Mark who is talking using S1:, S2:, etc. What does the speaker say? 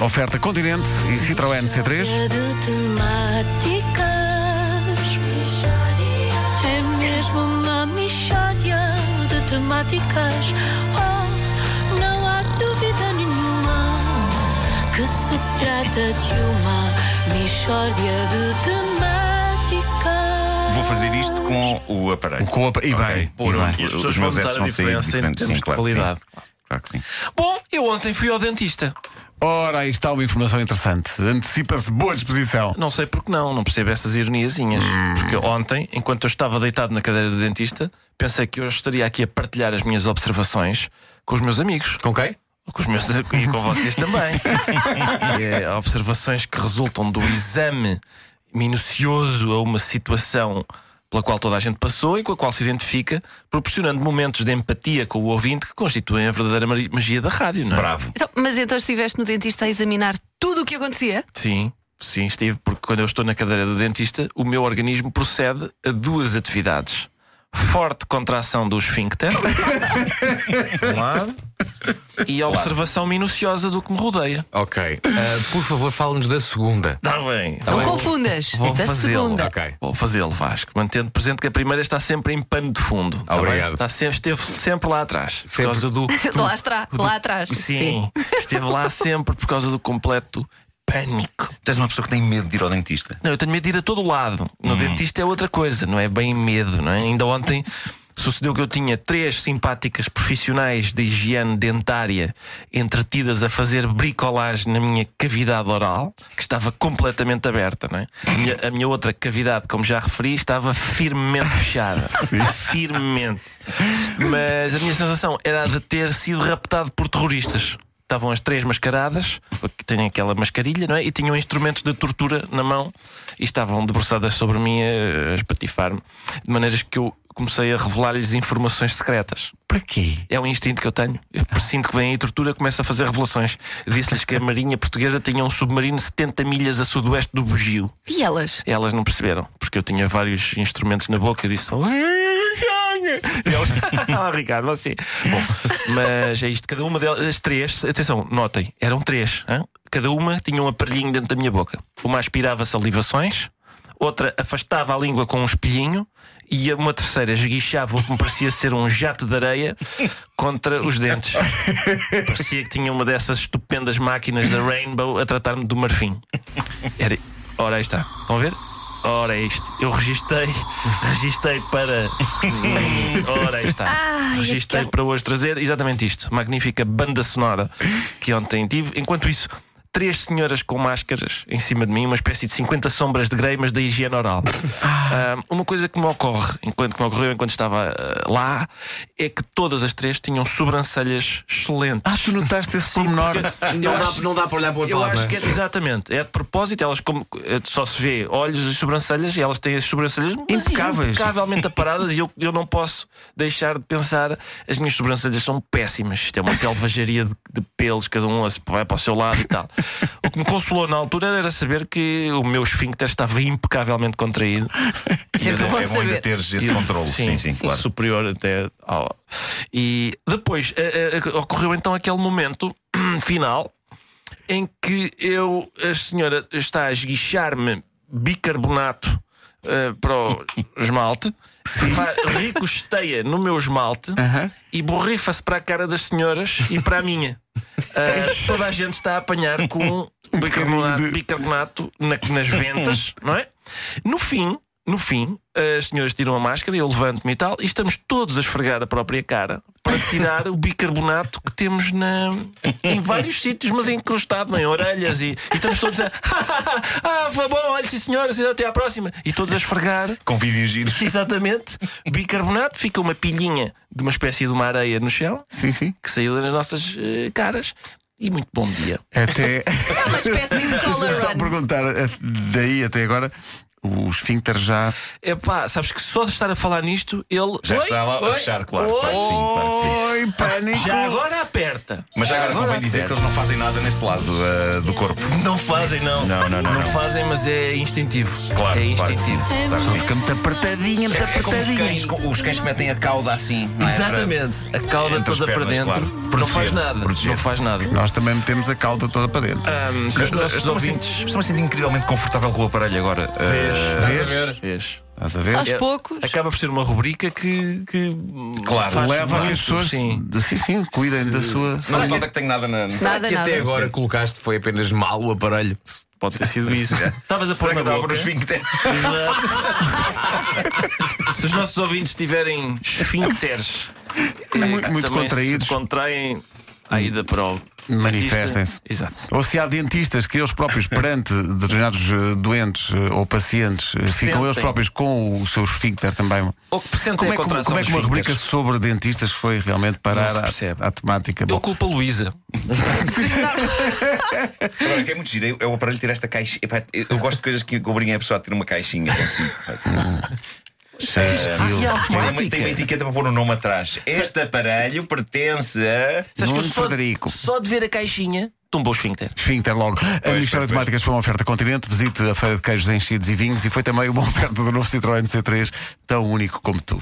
S1: Oferta Continente e Citroën C3.
S2: de temáticas. É mesmo uma mistória de temáticas. Oh, não há dúvida nenhuma que se trata de uma mistória de temáticas.
S3: Vou fazer isto com o aparelho.
S1: Com a- e
S3: Ok.
S1: bem,
S3: Por
S1: e
S3: onde?
S1: bem.
S3: Os
S4: As pessoas
S3: meus
S4: vão
S3: S
S4: notar a
S3: vão sair
S4: diferença em
S3: diferentes,
S4: termos
S3: sim,
S4: de
S3: claro que sim.
S4: qualidade.
S3: Claro que sim.
S4: Bom, eu ontem fui ao dentista.
S1: Ora, aí está uma informação interessante. Antecipa-se boa disposição.
S4: Não sei porque não, não percebo essas ironiazinhas. Porque ontem, enquanto eu estava deitado na cadeira do dentista, pensei que hoje estaria aqui a partilhar as minhas observações com os meus amigos.
S5: Com quem?
S4: Com os meus e com vocês também. E, eh, observações que resultam do exame minucioso a uma situação pela qual toda a gente passou e com a qual se identifica, proporcionando momentos de empatia com o ouvinte que constituem a verdadeira mari- magia da rádio, não é?
S3: Bravo.
S6: Então, mas então estiveste no dentista a examinar tudo o que acontecia?
S4: Sim, sim, estive, porque quando eu estou na cadeira do dentista, o meu organismo procede a duas atividades: forte contração do esfíncter, de um lado, e
S5: Um
S4: a observação minuciosa do que me rodeia.
S5: Ok. Ah, por favor, fala-nos da segunda.
S4: Está bem.
S6: Não
S5: Não Tá Bem,
S6: confundas.
S4: vou
S6: da
S4: fazê-lo.
S6: segunda.
S5: Ok.
S4: Vou fazê-lo, Vasco, mantendo presente que a primeira está sempre em pano de fundo. está bem?
S5: Obrigado.
S4: Está sempre, esteve sempre lá atrás. Por
S5: Sempre.
S4: causa do.
S6: lá, está, lá atrás.
S4: Sim, esteve lá sempre por causa do completo pânico.
S3: Tu és uma pessoa que tem medo de ir ao dentista.
S4: Não, eu tenho medo de ir a todo lado. No dentista é outra coisa, não é bem medo, não é? Ainda ontem sucedeu que eu tinha três simpáticas profissionais de higiene dentária entretidas a fazer bricolagem na minha cavidade oral, que estava completamente aberta, não é? A minha, a minha outra cavidade, como já referi, estava firmemente fechada. Firmemente. Mas a minha sensação era a de ter sido raptado por terroristas. Estavam as três mascaradas, que têm aquela mascarilha, não é? E tinham instrumentos de tortura na mão e estavam debruçadas sobre mim a a espatifar-me, de maneiras que eu comecei a revelar-lhes informações secretas.
S1: Para quê? Tá.
S4: É um instinto que eu tenho. Eu sinto que vem aí tortura, começo a fazer revelações. Disse-lhes que a Marinha Portuguesa tinha um submarino 70 milhas a sudoeste do Bugio.
S6: E elas?
S4: Elas não perceberam, porque eu tinha vários instrumentos na boca e disse. "Oh, E elas, "Ah, Ricardo, você. Bom, mas é isto, cada uma delas, as três, atenção, notem, eram três, hã? cada uma tinha um aparelhinho dentro da minha boca. Uma aspirava salivações, outra afastava a língua com um espelhinho e uma terceira esguichava o que me parecia ser um jato de areia contra os dentes. Parecia que tinha uma dessas estupendas máquinas da Rainbow a tratar-me do marfim. Era... Ora, aí está. Estão a ver? Ora, é isto. Eu registrei, registrei para. Ora, aí está.
S6: Ai,
S4: registrei
S6: aquela-
S4: para hoje trazer exatamente isto. Magnífica banda sonora que ontem tive. Enquanto isso, três senhoras com máscaras em cima de mim, uma espécie de 50 sombras de Grey, mas da higiene oral. Ah, uma coisa que me ocorre, enquanto que me ocorreu enquanto estava ah, lá, é que todas as três tinham sobrancelhas excelentes.
S1: Ah, tu notaste esse pormenor.
S5: Não dá, não dá para olhar para o outro
S4: Eu
S5: lado,
S4: acho
S5: não
S4: que
S5: é?
S4: é, exatamente, é de propósito, elas como eh, só se vê olhos e sobrancelhas e elas têm as sobrancelhas mas
S1: Impecáveis.
S4: impecavelmente aparadas e eu, eu não posso deixar de pensar as minhas sobrancelhas são péssimas. Isto é uma selvageria de, de pelos, cada um a se- vai para o seu lado e tal. O que me consolou na altura era saber que o meu esfíncter estava impecavelmente contraído.
S6: Sempre
S3: é,
S6: bom
S3: é bom ainda
S6: saber.
S3: teres esse controle. Sim, sim, claro.
S4: Superior até ao. E depois eh, eh, ocorreu então aquele momento final em que eu, a senhora está a esguichar-me bicarbonato eh, para o esmalte, fa- ricosteia no meu esmalte e borrifa-se para a cara das senhoras e para a minha. Ah, toda a gente está a apanhar com um
S3: Um
S4: bicarbonato, bicarbonato na- nas ventas, não é? No fim, no fim, as senhoras tiram a máscara, eu levanto-me e tal, e estamos todos a esfregar a própria cara para tirar o bicarbonato que temos na, em vários sítios, mas encrustado em orelhas e, e estamos todos a. ah, foi bom, olha, sim senhoras, até à próxima. E todos a esfregar
S3: Com vídeos giros.
S4: Exatamente. Bicarbonato, fica uma pilhinha de uma espécie de uma areia no chão
S1: Sim, sim.
S4: que saiu das nossas eh, caras. E muito bom dia.
S1: Até.
S6: É uma espécie de
S1: Deixa-me
S6: color
S1: só
S6: run.
S1: perguntar, eh, daí até agora, O esfíncter já.
S4: É pá, sabes que só de estar a falar nisto, ele.
S3: Já
S4: Oi?
S3: está lá a
S4: Oi?
S3: fechar, claro.
S4: Oi?
S3: Claro que sim, claro que sim.
S1: Oi, pânico!
S4: Já agora aperta.
S3: Mas já agora
S4: Agora
S3: convém dizer que eles não fazem nada nesse lado ah, do corpo.
S4: Não fazem, não.
S3: Não, não, não, não.
S4: fazem, mas é instintivo.
S3: Claro,
S4: É
S3: claro que sim.
S4: instintivo.
S3: Claro que
S1: Só
S3: sim.
S1: fica muito apertadinha, muito
S3: É como os
S1: apertadinha.
S3: cães, com- os cães que metem a cauda assim. não é?
S4: Exatamente. A cauda
S3: Entre as
S4: toda para
S3: pernas,
S4: dentro.
S3: claro.
S4: Não
S3: Proteger,
S4: faz nada.
S3: proteger.
S4: Não faz nada.
S1: Nós também metemos a cauda toda para dentro.
S4: Ahm,
S3: Para...
S4: os nossos
S3: Estou-me a sentir-
S4: ouvintes.
S3: estou-me a sentir incrivelmente confortável com o aparelho agora. Ah,
S1: Vês?
S4: Vês?
S1: Estás a
S6: Aos
S1: ver?
S6: poucos.
S4: Acaba por ser uma rubrica que, que
S3: Claro,
S4: faz
S1: Leva a que
S4: muito,
S1: as pessoas.
S4: Sim.
S1: de- Sim, sim, cuidem da sua.
S3: não se nota que tenho nada na. Será
S6: Nada,
S5: que
S6: nada.
S5: até agora colocaste foi apenas mal o aparelho.
S4: Pode ter sido isso. Estavas a pôr
S3: que
S4: na
S3: dá
S4: boca.
S3: para os esfíncter?
S4: Exato. Se os nossos ouvintes tiverem esfíncteres eh,
S1: É Muito-
S4: que
S1: muito
S4: também se
S1: contraídos.
S4: contraem à ida para o
S1: Manifestem-se.
S4: dentista. Exato.
S1: Ou se há dentistas que eles próprios, perante determinados eh, doentes eh, ou pacientes, eh, ficam eles
S4: Sentem.
S1: próprios com o seu esfíncter também.
S4: Ou que percenta
S1: Como
S4: a
S1: é, que, como,
S4: contração
S1: é que uma
S4: dos
S1: rubrica
S4: esfíncteres?
S1: sobre dentistas foi realmente parar
S4: Não se
S1: à-
S4: percebe.
S1: à temática?
S4: Eu
S1: Bom,
S4: culpo a Luísa.
S3: Agora, o que é muito giro é o aparelho tirar esta caixa. Epá, eu eu gosto de coisas que obriguem a pessoa a ter uma caixinha é consigo.
S1: estilo.
S3: Ah, Tem uma- Tem uma etiqueta para pôr o nome atrás. Este aparelho pertence a.
S4: Sabes que eu
S1: Nuno
S4: só,
S1: Frederico.
S4: só de ver a caixinha, tumbou o esfíncter.
S1: Esfíncter logo. A
S3: Pois,
S1: mistura
S3: pois,
S1: de temáticas foi uma oferta continente. Visite a feira de queijos enchidos e vinhos e foi também uma oferta do novo Citroën C3, tão único como tu.